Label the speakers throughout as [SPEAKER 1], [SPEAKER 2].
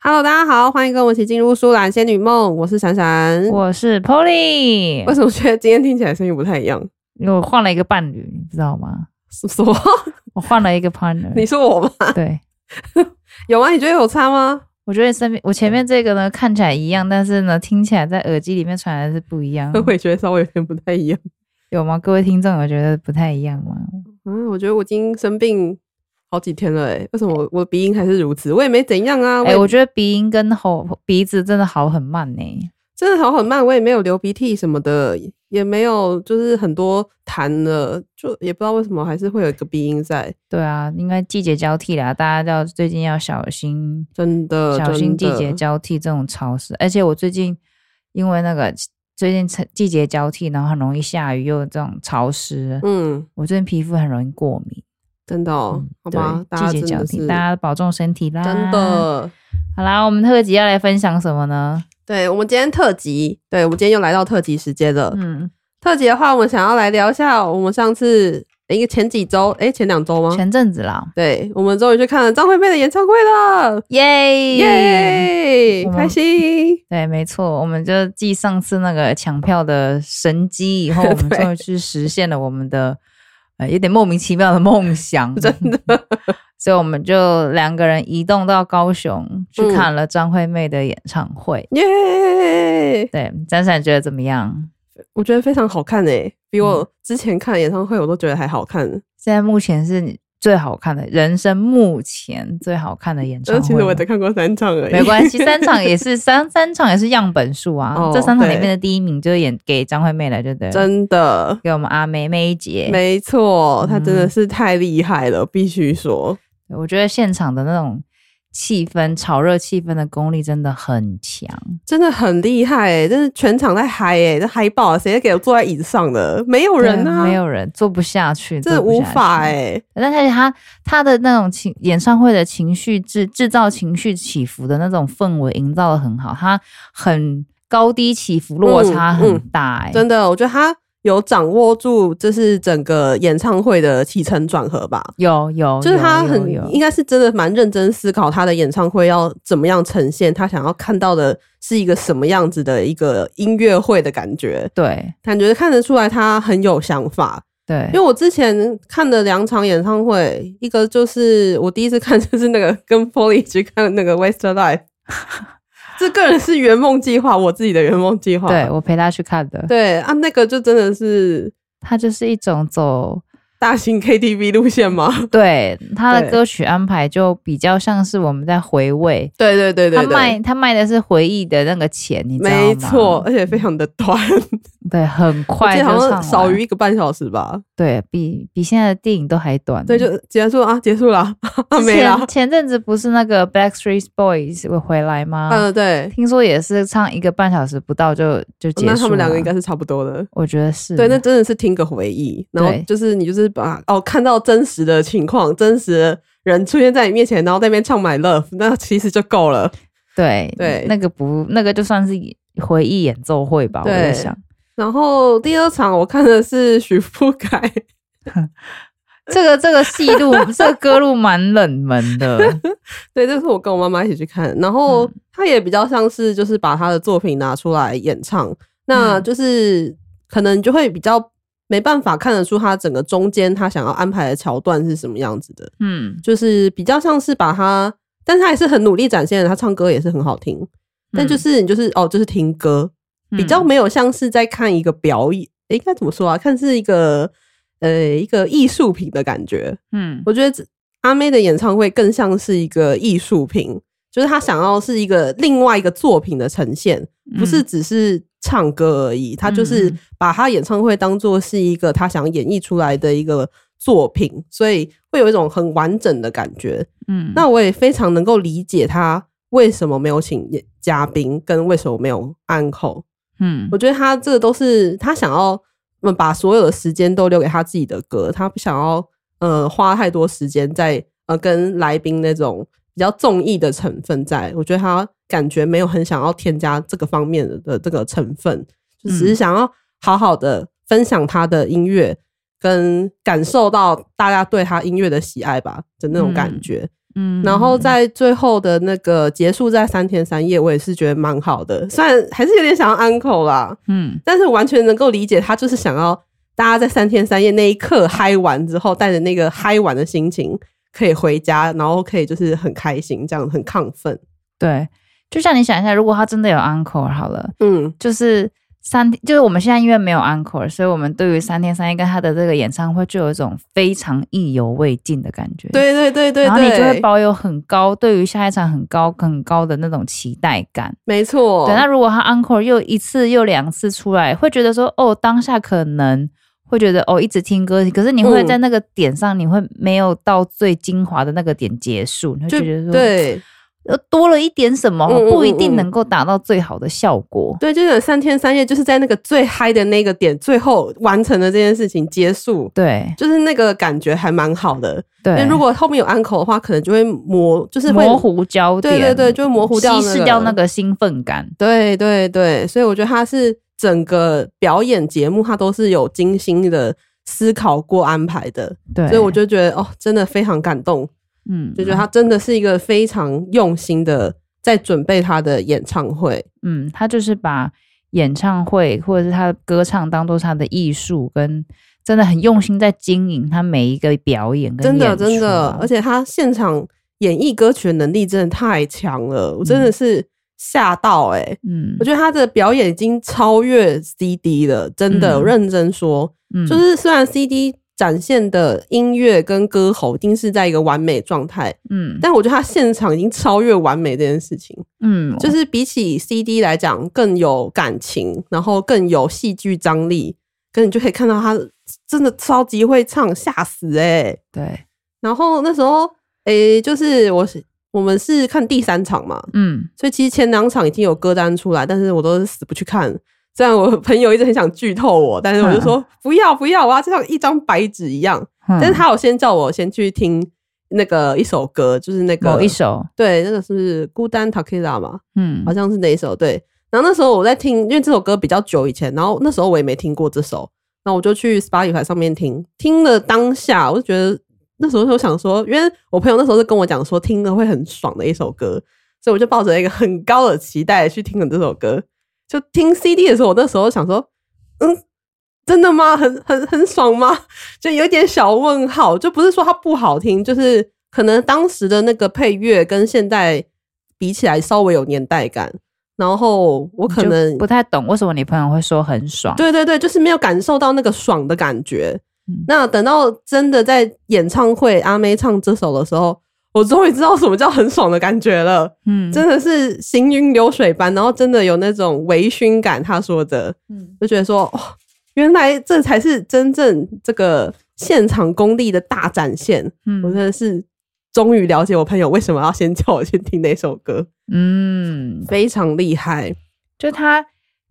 [SPEAKER 1] Hello，大家好，欢迎跟我一起进入舒兰仙女梦，我是闪闪。
[SPEAKER 2] 我是 Polly，
[SPEAKER 1] 为什么觉得今天听起来声音不太一样？
[SPEAKER 2] 因为我换了一个伴侣，你知道 吗？
[SPEAKER 1] 什什么？
[SPEAKER 2] 我换了一个 partner。
[SPEAKER 1] 你说我吗？
[SPEAKER 2] 对，
[SPEAKER 1] 有吗？你觉得有差吗？
[SPEAKER 2] 我觉得身边我前面这个呢看起来一样，但是呢听起来在耳机里面传来是不一样
[SPEAKER 1] 。我也觉得稍微有点不太一样。
[SPEAKER 2] 有吗？各位听众有觉得不太一样吗？
[SPEAKER 1] 嗯，我觉得我已经生病好几天了、欸，哎，为什么我我鼻音还是如此？我也没怎样啊，我
[SPEAKER 2] 哎、
[SPEAKER 1] 也
[SPEAKER 2] 我觉得鼻音跟喉鼻子真的好很慢呢、
[SPEAKER 1] 真的好很慢，我也没有流鼻涕什么的，也没有就是很多痰了，就也不知道为什么还是会有一个鼻音在，
[SPEAKER 2] 对啊，应该季节交替啦，大家要最近要小心
[SPEAKER 1] 真的
[SPEAKER 2] 小心季节。
[SPEAKER 1] 呃真的
[SPEAKER 2] 交替这种潮湿，而且我最近因为那个最近成季节交替，然后很容易下雨，又有这种潮湿，
[SPEAKER 1] 嗯，
[SPEAKER 2] 我最近皮肤很容易过敏。
[SPEAKER 1] 真的、哦，好吧，大家
[SPEAKER 2] 嗯对，季
[SPEAKER 1] 真
[SPEAKER 2] 节交
[SPEAKER 1] 的
[SPEAKER 2] 替，
[SPEAKER 1] 是
[SPEAKER 2] 大家保重身体啦。
[SPEAKER 1] 真，的。
[SPEAKER 2] 好啦，我们特辑要来分享什么呢？
[SPEAKER 1] 对我们今天特辑，对我们今天又来到特辑时间了。
[SPEAKER 2] 嗯，
[SPEAKER 1] 特辑的话，我们想要来聊一下我们上次一个前几周，哎、前两周吗？
[SPEAKER 2] 前阵子啦，
[SPEAKER 1] 对，我们终于去看了张惠妹的演唱会了，
[SPEAKER 2] 耶
[SPEAKER 1] 耶、
[SPEAKER 2] 我们
[SPEAKER 1] 开心！
[SPEAKER 2] 对，没错，我们就继上次那个抢票的神机 以后，我们
[SPEAKER 1] 对
[SPEAKER 2] 终于去实现了我们的呃有点莫名其妙的梦 想，真的。 所以我们就两个人移动到高雄去
[SPEAKER 1] 嗯
[SPEAKER 2] 看了张惠妹的演唱会。
[SPEAKER 1] 耶、
[SPEAKER 2] 对，闪闪觉得怎么样？
[SPEAKER 1] 我觉得非常好看诶、比
[SPEAKER 2] 嗯
[SPEAKER 1] 我之前看的演唱会我都觉得还好看。
[SPEAKER 2] 现在目前是你最好看的人生目前最好看的演唱
[SPEAKER 1] 但
[SPEAKER 2] 会
[SPEAKER 1] 是呃
[SPEAKER 2] 吗。
[SPEAKER 1] 其实我只看过三场而已，
[SPEAKER 2] 没关系，三场也是三三场也是样本数啊。
[SPEAKER 1] 哦
[SPEAKER 2] 这三场里
[SPEAKER 1] 对
[SPEAKER 2] 面的第一名就是演给张惠妹了，对不对？
[SPEAKER 1] 真的。
[SPEAKER 2] 给我们阿妹妹姐。
[SPEAKER 1] 没错，她真的
[SPEAKER 2] 嗯
[SPEAKER 1] 是太厉害了，必须说。
[SPEAKER 2] 对我觉得现场的那种气氛、炒热气氛的功力真的很强。
[SPEAKER 1] 真的很厉害哎、欸，真是全场在嗨哎、欸，这嗨爆了，谁在给我坐在椅子上的？没有人
[SPEAKER 2] 对
[SPEAKER 1] 啊，
[SPEAKER 2] 没，有人做不下去，
[SPEAKER 1] 这
[SPEAKER 2] 做不
[SPEAKER 1] 无
[SPEAKER 2] 下去
[SPEAKER 1] 法哎、。欸，
[SPEAKER 2] 但是他他的那种情演唱会的情绪制制造情绪起伏的那种氛围营造的很好，他很高低起伏落差很大、欸，
[SPEAKER 1] 嗯真的，我觉得他有掌握住，就是整个演唱会的起承转合吧。
[SPEAKER 2] 有有，
[SPEAKER 1] 就是他
[SPEAKER 2] 有
[SPEAKER 1] 很
[SPEAKER 2] 有有
[SPEAKER 1] 应该是真的蛮认真思考他的演唱会要怎么样呈现，他想要看到的是一个什么样子的一个音乐会的感觉，
[SPEAKER 2] 对
[SPEAKER 1] 感觉看得出来他很有想法。
[SPEAKER 2] 对
[SPEAKER 1] 因为，我之前看的两场演唱会，一个就是我第一次看， 就是那个跟 Polly 一起看的那个 Westlife，这个人是圆梦计划，我自己的圆梦计划。
[SPEAKER 2] 对我陪他去看的，
[SPEAKER 1] 对啊，那个就真的是
[SPEAKER 2] 他就是一种走
[SPEAKER 1] 大型 KTV 路线吗？
[SPEAKER 2] 对他
[SPEAKER 1] 对
[SPEAKER 2] 的歌曲安排就比较像是我们在回味，
[SPEAKER 1] 对对对对
[SPEAKER 2] 他卖
[SPEAKER 1] 对，
[SPEAKER 2] 他卖的是回忆的那个钱，你知道吗？
[SPEAKER 1] 没错，， 而且非常的短，
[SPEAKER 2] 对，很
[SPEAKER 1] 而
[SPEAKER 2] 快
[SPEAKER 1] 且
[SPEAKER 2] 就
[SPEAKER 1] 好
[SPEAKER 2] 唱
[SPEAKER 1] 像
[SPEAKER 2] 完嗯
[SPEAKER 1] 少于一个半小时吧。
[SPEAKER 2] 对比比现在的电影都还短，
[SPEAKER 1] 对，就结束啊，结束了， 啊、
[SPEAKER 2] 之
[SPEAKER 1] 没
[SPEAKER 2] 前
[SPEAKER 1] 了。
[SPEAKER 2] 前阵子不是那个 Backstreet Boys 会回来吗？
[SPEAKER 1] 嗯，对，
[SPEAKER 2] 听说也是唱一个半小时不到就就结束
[SPEAKER 1] 哦
[SPEAKER 2] 了。
[SPEAKER 1] 那他们两个应该是差不多的。
[SPEAKER 2] 我觉得是
[SPEAKER 1] 对，那真的是听个回忆，然后
[SPEAKER 2] 嗯对
[SPEAKER 1] 就是你就是把哦看到真实的情况，真实的人出现在你面前，然后在那边唱《My Love》，那其实就够了。
[SPEAKER 2] 对
[SPEAKER 1] 对
[SPEAKER 2] 那个不那个就算是回忆演奏会吧，我
[SPEAKER 1] 对
[SPEAKER 2] 在想。
[SPEAKER 1] 然后第二场我看的是许富凯，
[SPEAKER 2] 这个这个戏 路，这个歌路蛮冷门的，
[SPEAKER 1] 对，这是我跟我妈妈一起去看，然
[SPEAKER 2] 嗯
[SPEAKER 1] 后他也比较像是就是把他的作品拿出来演唱，那
[SPEAKER 2] 嗯
[SPEAKER 1] 就是可能就会比较没办法看得出他整个中间他想要安排的桥段是什么样子的，
[SPEAKER 2] 嗯，
[SPEAKER 1] 就是比较像是把他，但是他还是很努力展现的，他唱歌也是很好听。但就
[SPEAKER 2] 嗯
[SPEAKER 1] 是你就是哦，就是听歌，比较没有像是在看一个表演，诶应该怎么说啊？看是一个呃一个艺术品的感觉。
[SPEAKER 2] 嗯
[SPEAKER 1] 我觉得这阿妹的演唱会更像是一个艺术品，就是她想要是一个另外一个作品的呈现，不是只是唱歌而已。她就是
[SPEAKER 2] 嗯嗯
[SPEAKER 1] 把她演唱会当做是一个她想演绎出来的一个作品，所以会有一种很完整的感觉。
[SPEAKER 2] 嗯
[SPEAKER 1] 那我也非常能够理解他为什么没有请嘉宾，跟为什么没有安口。
[SPEAKER 2] 嗯
[SPEAKER 1] 我觉得他这个都是他想要，嗯，把所有的时间都留给他自己的歌，他不想要呃花太多时间在呃跟来宾那种比较综艺的成分在。我觉得他感觉没有很想要添加这个方面的这个成分，就只是
[SPEAKER 2] 嗯
[SPEAKER 1] 想要好好的分享他的音乐，跟感受到大家对他音乐的喜爱吧的那种感
[SPEAKER 2] 嗯
[SPEAKER 1] 觉。
[SPEAKER 2] 嗯
[SPEAKER 1] 然后在最后的那个结束在三天三夜，我也是觉得蛮好的，虽然还是有点想要安口啦，
[SPEAKER 2] 嗯，
[SPEAKER 1] 但是我完全能够理解他就是想要大家在三天三夜那一刻嗨完之后，带着那个嗨完的心情可以回家，然后可以就是很开心，这样很亢奋。
[SPEAKER 2] 对，就像你想一下，如果他真的有 uncle 好了，
[SPEAKER 1] 嗯
[SPEAKER 2] 就是三，就是我们现在因为没有 uncle，所以我们对于三天三夜跟他的这个演唱会就有一种非常意犹未尽的感觉。。
[SPEAKER 1] 对对对对对，
[SPEAKER 2] 然后你就会保有很高对于下一场很高很高的那种期待感。
[SPEAKER 1] 没错，
[SPEAKER 2] 对，那如果他 encore 又一次又两次出来，会觉得说哦，当下可能会觉得哦，一直听歌，可是你会
[SPEAKER 1] 嗯
[SPEAKER 2] 在那个点上，你会没有到最精华的那个点结束，你会
[SPEAKER 1] 就
[SPEAKER 2] 觉得说，
[SPEAKER 1] 对
[SPEAKER 2] 呃，多了一点什么，
[SPEAKER 1] 嗯嗯
[SPEAKER 2] 不一
[SPEAKER 1] 嗯嗯
[SPEAKER 2] 定能够达到最好的效果。
[SPEAKER 1] 对，就是三天三夜，就是在那个最嗨的那个点，最后完成了这件事情结束。
[SPEAKER 2] 对
[SPEAKER 1] 就是那个感觉还蛮好的，因为
[SPEAKER 2] 对，
[SPEAKER 1] 如果后面有安口的话，可能就会模，就是会
[SPEAKER 2] 模，糊焦点，
[SPEAKER 1] 对对对，就会模糊掉、那
[SPEAKER 2] 稀释掉那个兴奋感。
[SPEAKER 1] 对对对，所以我觉得他是整个表演节目，他都是有精心的思考过安排的，
[SPEAKER 2] 对，
[SPEAKER 1] 所以我就觉得哦，真的非常感动，
[SPEAKER 2] 嗯，
[SPEAKER 1] 就觉得他真的是一个非常用心的在准备他的演唱会。
[SPEAKER 2] 嗯，他就是把演唱会或者是他的歌唱当做他的艺术，跟真的很用心在经营他每一个表演跟
[SPEAKER 1] 真的
[SPEAKER 2] 演出啊
[SPEAKER 1] 真的，而且他现场演绎歌曲的能力真的太强了，我真的是吓到哎、
[SPEAKER 2] 嗯，
[SPEAKER 1] 我觉得他的表演已经超越 CD 了，真的，
[SPEAKER 2] 嗯
[SPEAKER 1] 我认真说，
[SPEAKER 2] 嗯
[SPEAKER 1] 就是虽然 CD 展现的音乐跟歌喉一定是在一个完美状态，
[SPEAKER 2] 嗯
[SPEAKER 1] 但我觉得他现场已经超越完美这件事情，
[SPEAKER 2] 嗯，
[SPEAKER 1] 就是是比起 CD 来讲更有感情，然后更有戏剧张力，跟你就可以看到他真的超级会唱，吓死哎、
[SPEAKER 2] 对，
[SPEAKER 1] 然后那时候，诶、就是我是我们是看第三场嘛，
[SPEAKER 2] 嗯
[SPEAKER 1] 所以其实前两场已经有歌单出来，但是我都是死不去看。虽然我朋友一直很想剧透我，但是我就 说、不要不要，我要就像一张白纸一样。
[SPEAKER 2] 哼，
[SPEAKER 1] 但是他有先叫我先去听那个一首歌，就是那个
[SPEAKER 2] 某一首，
[SPEAKER 1] 对，那个是不是《孤单 Takila》嘛？
[SPEAKER 2] 嗯
[SPEAKER 1] 好像是那一首对。然后那时候我在听，因为这首歌比较久以前，然后那时候我也没听过这首，那我就去 Spotify 上面听，听了当下我就觉得那时候就想说，因为我朋友那时候是跟我讲说听了会很爽的一首歌，所以我就抱着一个很高的期待去听了这首歌。就听 CD 的时候，我那时候想说，嗯，真的吗？很很很爽吗？ 就有点小问号，就不是说它不好听，就是可能当时的那个配乐跟现在比起来稍微有年代感，然后我可
[SPEAKER 2] 就
[SPEAKER 1] 能
[SPEAKER 2] 不太懂为什么你朋友会说很爽，
[SPEAKER 1] 对对对，就是没有感受到那个爽的感觉。
[SPEAKER 2] 嗯
[SPEAKER 1] 那等到真的在演唱会阿妹唱这首的时候，我终于知道什么叫很爽的感觉了，
[SPEAKER 2] 嗯，
[SPEAKER 1] 真的是行云流水般，然后真的有那种微醺感。他说的，
[SPEAKER 2] 嗯
[SPEAKER 1] 就觉得说，哦，原来这才是真正这个现场功力的大展现。我真
[SPEAKER 2] 嗯
[SPEAKER 1] 的是终于了解我朋友为什么要先叫我去听那首歌，
[SPEAKER 2] 嗯，
[SPEAKER 1] 非常厉害。
[SPEAKER 2] 就他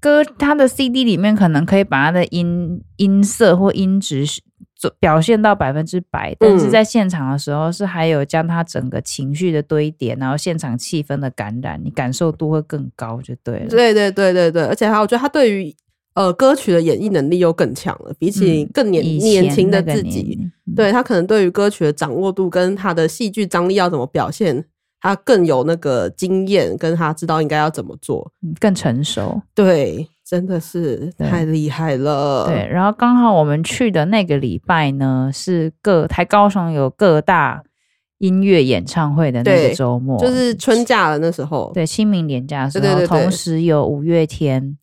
[SPEAKER 2] 歌他的 CD 里面可能可以把他的音音色或音质是做表现到百分之百，但
[SPEAKER 1] 嗯
[SPEAKER 2] 是在现场的时候是还有将他整个情绪的堆叠，然后现场气氛的感染，你感受度会更高就对了。
[SPEAKER 1] 对对对对对，而且还有我觉得他对于呃歌曲的演绎能力又更强了，比起
[SPEAKER 2] 嗯
[SPEAKER 1] 更年、
[SPEAKER 2] 以前
[SPEAKER 1] 年轻的
[SPEAKER 2] 那个
[SPEAKER 1] 自
[SPEAKER 2] 年
[SPEAKER 1] 己，
[SPEAKER 2] 龄，嗯
[SPEAKER 1] 对他可能对于歌曲的掌握度跟他的戏剧张力要怎么表现，他更有那个经验，跟他知道应该要怎么做。
[SPEAKER 2] 嗯更成熟。
[SPEAKER 1] 对，真的是
[SPEAKER 2] 对
[SPEAKER 1] 太厉害了。
[SPEAKER 2] 对，，然后刚好我们去的那个礼拜呢，是各台高雄有各大音乐演唱会的那
[SPEAKER 1] 对
[SPEAKER 2] 个周末，
[SPEAKER 1] 就是春假了那时候。
[SPEAKER 2] 对，清明连假的时候，
[SPEAKER 1] 对对对对
[SPEAKER 2] 同时有五月天，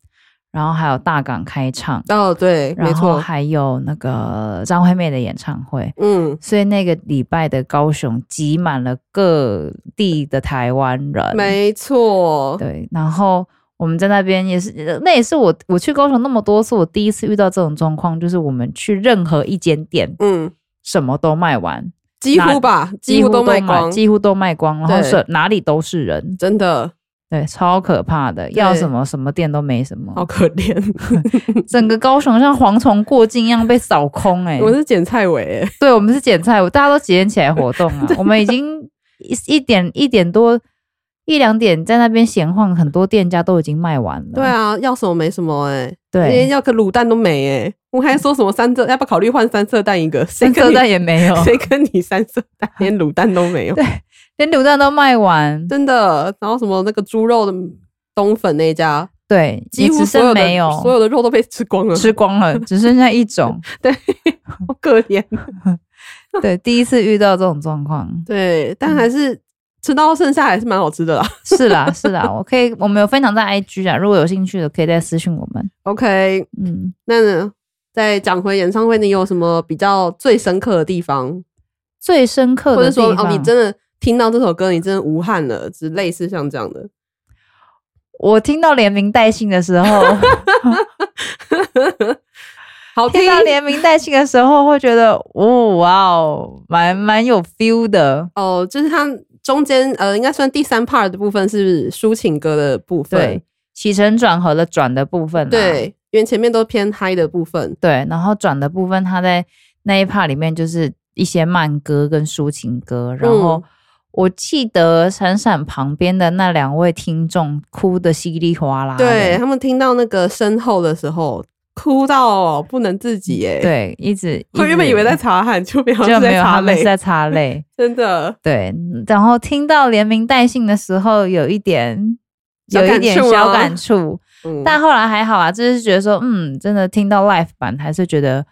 [SPEAKER 2] 然后还有大港开唱，
[SPEAKER 1] 哦，对，没
[SPEAKER 2] 然后
[SPEAKER 1] 错，
[SPEAKER 2] 还有那个张惠妹的演唱会，
[SPEAKER 1] 嗯，
[SPEAKER 2] 所以那个礼拜的高雄挤满了各地的台湾人，
[SPEAKER 1] 没错，
[SPEAKER 2] 对，然后。我们在那边也是，呃那也是我我去高雄那么多次，我第一次遇到这种状况，就是我们去任何一间店，
[SPEAKER 1] 嗯，
[SPEAKER 2] 什么都卖完，
[SPEAKER 1] 几乎吧，几
[SPEAKER 2] 几
[SPEAKER 1] 乎
[SPEAKER 2] 乎
[SPEAKER 1] 都卖
[SPEAKER 2] 卖
[SPEAKER 1] 光，
[SPEAKER 2] 几乎都卖光，然后
[SPEAKER 1] 对
[SPEAKER 2] 是哪里都是人，
[SPEAKER 1] 真的
[SPEAKER 2] 对，超可怕的，要什么什么店都没什么，
[SPEAKER 1] 好可怜。
[SPEAKER 2] 整个高雄像蝗虫过境一样被扫空哎、
[SPEAKER 1] 我是剪菜尾，哎
[SPEAKER 2] 对，我们是捡菜，大家都几点起来活动 啊？我们已经一一点一点多一两点在那边闲晃，很多店家都已经卖完了。
[SPEAKER 1] 对啊，要什么没什么，哎，连
[SPEAKER 2] 对，
[SPEAKER 1] 要个卤蛋都没，哎，我还说什么三色，要不要 考虑换三色蛋一个？谁
[SPEAKER 2] 三
[SPEAKER 1] 跟
[SPEAKER 2] 色
[SPEAKER 1] 你
[SPEAKER 2] 蛋也没有。
[SPEAKER 1] 谁跟你三色蛋，连卤蛋都没有？
[SPEAKER 2] 对连卤蛋都卖完，
[SPEAKER 1] 真的。然后什么那个猪肉的嗯冬粉那一家，
[SPEAKER 2] 对，
[SPEAKER 1] 几
[SPEAKER 2] 也
[SPEAKER 1] 乎
[SPEAKER 2] 只
[SPEAKER 1] 所有
[SPEAKER 2] 剩
[SPEAKER 1] 的
[SPEAKER 2] 没有，
[SPEAKER 1] 所有的肉都被吃光了，
[SPEAKER 2] 吃 光了，只剩下一种。
[SPEAKER 1] 好可怜。
[SPEAKER 2] 对，第一次遇到这种状况，
[SPEAKER 1] 对，但
[SPEAKER 2] 嗯
[SPEAKER 1] 还是、吃到剩下还是蛮好吃的啦。
[SPEAKER 2] 是啦是啦，我可以，我们有分享在 IG 啊，如果有兴趣的可以再私信我们。
[SPEAKER 1] OK，
[SPEAKER 2] 嗯，
[SPEAKER 1] 那呢再讲回演唱会，你有什么比较最深刻的地方，
[SPEAKER 2] 最深刻
[SPEAKER 1] 或
[SPEAKER 2] 的
[SPEAKER 1] 者
[SPEAKER 2] 地
[SPEAKER 1] 说
[SPEAKER 2] 方，
[SPEAKER 1] 哦，你真的听到这首歌，你真的无憾了，之类似像这样的。
[SPEAKER 2] 我听到连名带姓的 时候，
[SPEAKER 1] 好听
[SPEAKER 2] 听，到连名带姓的时候，会觉得哦哇哦，蛮蛮有 feel 的。
[SPEAKER 1] 哦，就是它中间呃，应该算第三 part 的部分是抒情歌的部分
[SPEAKER 2] 对，，起承转合的转的部分、啊，
[SPEAKER 1] 对，因为前面都偏嗨的部分，
[SPEAKER 2] 对，然后转的部分，它在那一 part 里面就是一些慢歌跟抒情歌，然
[SPEAKER 1] 嗯
[SPEAKER 2] 后我记得闪闪旁边的那两位听众哭的稀里哗啦的，
[SPEAKER 1] 对他们听到那个身后的时候，哭到不能自己耶、
[SPEAKER 2] 对，一直
[SPEAKER 1] 我原本以为在擦汗，就没有
[SPEAKER 2] 就是没
[SPEAKER 1] 在
[SPEAKER 2] 有
[SPEAKER 1] 擦
[SPEAKER 2] 他们
[SPEAKER 1] 泪
[SPEAKER 2] 是，在擦泪，
[SPEAKER 1] 真的
[SPEAKER 2] 对，然后听到连名带姓的时候，有一点。
[SPEAKER 1] 小
[SPEAKER 2] 有一
[SPEAKER 1] 感
[SPEAKER 2] 点
[SPEAKER 1] 触哦吗
[SPEAKER 2] 小感触，
[SPEAKER 1] 嗯
[SPEAKER 2] 但后来还好啊，就是觉得说，嗯，真的听到 live 版还是觉得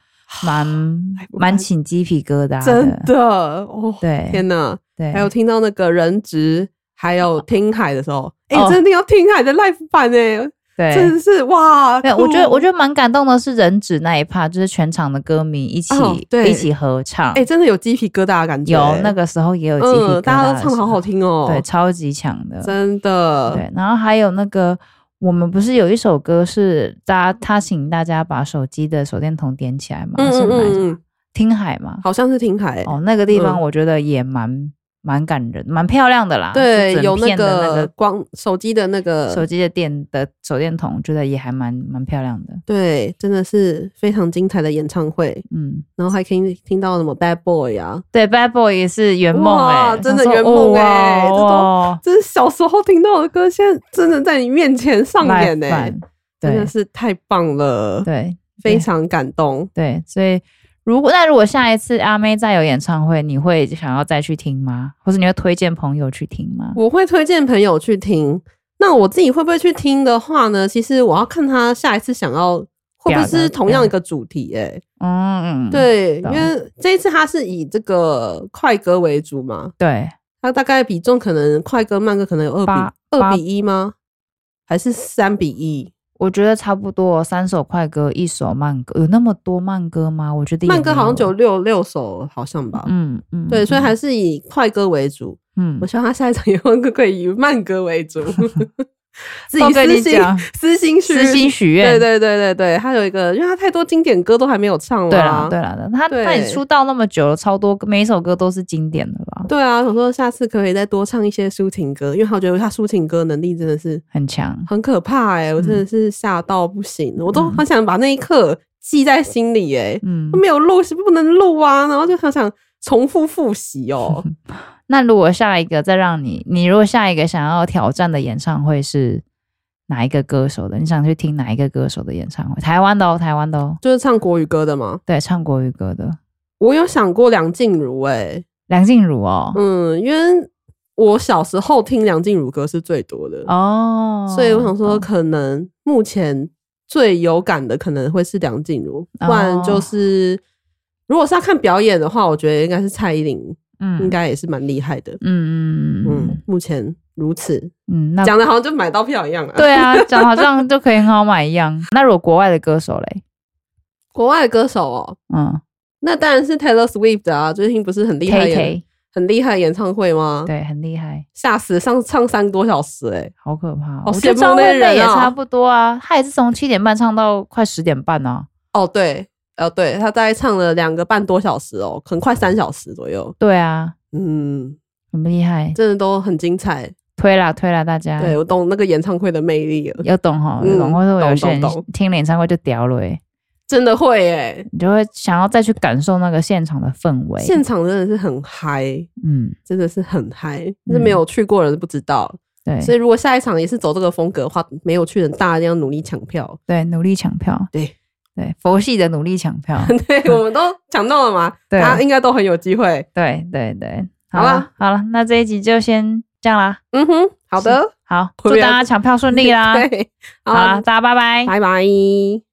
[SPEAKER 2] 蛮
[SPEAKER 1] 不
[SPEAKER 2] 蛮
[SPEAKER 1] 完
[SPEAKER 2] 起鸡皮疙瘩
[SPEAKER 1] 真的哦，
[SPEAKER 2] 对
[SPEAKER 1] 天哪！
[SPEAKER 2] 对，
[SPEAKER 1] 还有听到那个人质，还有听海的时候，哎、
[SPEAKER 2] 哦
[SPEAKER 1] 真的要听海的 live 版哎、
[SPEAKER 2] 对，
[SPEAKER 1] 真的是哦哇！
[SPEAKER 2] 对，我觉得我
[SPEAKER 1] 得
[SPEAKER 2] 觉得蛮感动的是人指那一趴，就是全场的歌迷一起、
[SPEAKER 1] 哦对
[SPEAKER 2] 一起合唱，
[SPEAKER 1] 哎、真的有鸡皮疙瘩的感觉、
[SPEAKER 2] 有那
[SPEAKER 1] 个
[SPEAKER 2] 个时候也有鸡皮疙瘩、
[SPEAKER 1] 嗯，大家都唱的好好、听哦、
[SPEAKER 2] 对，超级强的，
[SPEAKER 1] 真的
[SPEAKER 2] 对。然后还有那个，我们不是有一首歌是大家他请大家把手机的手电筒点起来嘛，
[SPEAKER 1] 嗯
[SPEAKER 2] 是
[SPEAKER 1] 嗯
[SPEAKER 2] 哪一首？
[SPEAKER 1] 嗯嗯，
[SPEAKER 2] 听海嘛，
[SPEAKER 1] 好像是听海、
[SPEAKER 2] 哦，那个地方
[SPEAKER 1] 嗯
[SPEAKER 2] 我觉得也蛮蛮感人，蛮漂亮的啦，
[SPEAKER 1] 对，
[SPEAKER 2] 就整
[SPEAKER 1] 有那
[SPEAKER 2] 片的那
[SPEAKER 1] 个光手机的那个
[SPEAKER 2] 手机的电的手电筒，觉得也还蛮蛮漂亮的，
[SPEAKER 1] 对，真的是非常精彩的演唱会，
[SPEAKER 2] 嗯。
[SPEAKER 1] 然后还可以听到什么 Bad Boy 啊，
[SPEAKER 2] 对，Bad Boy 也是圆梦
[SPEAKER 1] 哇
[SPEAKER 2] 哎，
[SPEAKER 1] 真的
[SPEAKER 2] 他说
[SPEAKER 1] 圆梦欸
[SPEAKER 2] 哦
[SPEAKER 1] 这都
[SPEAKER 2] 哇
[SPEAKER 1] 这是小时候听到的歌，现在真的在你面前上演欸呢、
[SPEAKER 2] 赖饭
[SPEAKER 1] 真
[SPEAKER 2] 对
[SPEAKER 1] 的是太棒了，
[SPEAKER 2] 对
[SPEAKER 1] 非常感动。
[SPEAKER 2] 对，所以如果那如果下一次阿妹再有演唱会，你会想要再去听吗？或者你会推荐朋友去听吗？
[SPEAKER 1] 我会推荐朋友去听，那我自己会不会去听的话呢？其实我要看他下一次想要会不
[SPEAKER 2] 表
[SPEAKER 1] 会
[SPEAKER 2] 达
[SPEAKER 1] 是同样一个主题、欸，
[SPEAKER 2] 嗯，嗯
[SPEAKER 1] 对，因
[SPEAKER 2] 懂
[SPEAKER 1] 为这一次他是以这个快歌为主嘛，
[SPEAKER 2] 对，
[SPEAKER 1] 它大概比重可能快歌慢歌可能有二
[SPEAKER 2] 八
[SPEAKER 1] 比二
[SPEAKER 2] 八
[SPEAKER 1] 比一吗？还是三比一？
[SPEAKER 2] 我觉得差不多，三首快歌，一首慢歌，有那么多慢歌吗？我觉得也
[SPEAKER 1] 慢歌好像
[SPEAKER 2] 没
[SPEAKER 1] 只有
[SPEAKER 2] 有，
[SPEAKER 1] 六六首，好像吧。
[SPEAKER 2] 嗯嗯，
[SPEAKER 1] 对，所以
[SPEAKER 2] 嗯
[SPEAKER 1] 还是以快歌为主。
[SPEAKER 2] 嗯
[SPEAKER 1] 我，希望他下一场 演唱会可以以慢歌为 主。自
[SPEAKER 2] 都
[SPEAKER 1] 己
[SPEAKER 2] 跟
[SPEAKER 1] 私
[SPEAKER 2] 你
[SPEAKER 1] 心
[SPEAKER 2] 讲
[SPEAKER 1] 私心许
[SPEAKER 2] 私心许愿，
[SPEAKER 1] 对对对对对，他有一个，因为他太多经典歌都还没有唱
[SPEAKER 2] 对
[SPEAKER 1] 啦
[SPEAKER 2] 啦。对啦，对他
[SPEAKER 1] 对
[SPEAKER 2] 他也出道那么久了，超多歌每一首歌都是经典的啦，
[SPEAKER 1] 对啊，我说下次可不可以再多唱一些抒情歌，因为我觉得他抒情歌能力真的是
[SPEAKER 2] 很强。
[SPEAKER 1] 很可怕哎、我真的
[SPEAKER 2] 嗯
[SPEAKER 1] 是吓到不行，我都
[SPEAKER 2] 嗯
[SPEAKER 1] 很想把那一刻记在心里哎、
[SPEAKER 2] 嗯，
[SPEAKER 1] 没有录是不能录啊，然后就很想重复复习 哦。
[SPEAKER 2] 那如果下一个再让你，你如果下一个想要挑战的演唱会是哪一个歌手的？你想去听哪一个歌手的演唱会？台湾的哦，台湾的哦，
[SPEAKER 1] 就是唱国语歌的嘛，
[SPEAKER 2] 对，唱国语歌的
[SPEAKER 1] 我有想过梁静茹哎、
[SPEAKER 2] 梁静茹哦，
[SPEAKER 1] 嗯，因为我小时候听梁静茹歌是最多的，
[SPEAKER 2] 哦，
[SPEAKER 1] 所以我想说，
[SPEAKER 2] 哦，
[SPEAKER 1] 可能目前最有感的可能会是梁静茹，
[SPEAKER 2] 哦
[SPEAKER 1] 不然就是。如果是要看表演的话，我觉得应该是蔡依林，
[SPEAKER 2] 嗯，
[SPEAKER 1] 应，该也是蛮厉害的。
[SPEAKER 2] 嗯嗯嗯
[SPEAKER 1] 嗯，目前如此，
[SPEAKER 2] 嗯，那
[SPEAKER 1] 讲的好像就买到票一样啊。，
[SPEAKER 2] 对啊，讲好像就可以很好买一样。那如果国外的歌手嘞，
[SPEAKER 1] 国外的歌手哦，
[SPEAKER 2] 嗯
[SPEAKER 1] 那当然是 Taylor Swift 啊，最近不是很厉害
[SPEAKER 2] ，K
[SPEAKER 1] 演
[SPEAKER 2] K，
[SPEAKER 1] 很厉害演唱会吗？
[SPEAKER 2] 对，很厉害。
[SPEAKER 1] 吓死，上唱三个多小时哎、
[SPEAKER 2] 好可怕！哦
[SPEAKER 1] 好
[SPEAKER 2] 我觉
[SPEAKER 1] 羡
[SPEAKER 2] 得
[SPEAKER 1] 慕
[SPEAKER 2] 张
[SPEAKER 1] 那
[SPEAKER 2] 惠
[SPEAKER 1] 些人
[SPEAKER 2] 妹也
[SPEAKER 1] 啊
[SPEAKER 2] 差不多啊，她也是从七点半唱到快十点半啊。
[SPEAKER 1] 哦，对，呃，对，他大概唱了两个半多小时哦，很快三小时左右。
[SPEAKER 2] 对啊，
[SPEAKER 1] 嗯，
[SPEAKER 2] 很厉害，
[SPEAKER 1] 真的都很精彩。
[SPEAKER 2] 推啦推啦，大家
[SPEAKER 1] 对我懂那个嗯演唱会的魅力了，
[SPEAKER 2] 有懂哈，有
[SPEAKER 1] 嗯
[SPEAKER 2] 懂，或者有些人
[SPEAKER 1] 懂懂
[SPEAKER 2] 听了演唱会就屌了、欸，
[SPEAKER 1] 真的会哎、
[SPEAKER 2] 你就会想要再去感受那个现场的氛围。
[SPEAKER 1] 现场真的是很嗨，
[SPEAKER 2] 嗯，
[SPEAKER 1] 真的是很嗨，是没有去过的人不知道。
[SPEAKER 2] 对
[SPEAKER 1] 所以如果下一场也是走这个风格的话，没有去的人大家一定要努力抢票。
[SPEAKER 2] 对，努力抢票，
[SPEAKER 1] 对
[SPEAKER 2] 对，佛系的努力抢票，
[SPEAKER 1] 对，我们都抢到了嘛，啊
[SPEAKER 2] 对
[SPEAKER 1] 大家应该都很有机会。
[SPEAKER 2] 对对对。
[SPEAKER 1] 好啊啦
[SPEAKER 2] 啦，好了，那这一集就先这样啦。
[SPEAKER 1] 嗯哼，好的，
[SPEAKER 2] 好，
[SPEAKER 1] 会不
[SPEAKER 2] 祝
[SPEAKER 1] 会
[SPEAKER 2] 大家抢票顺利啦。
[SPEAKER 1] 对，好
[SPEAKER 2] 好啦，
[SPEAKER 1] 啊，
[SPEAKER 2] 大家拜拜。
[SPEAKER 1] 拜拜。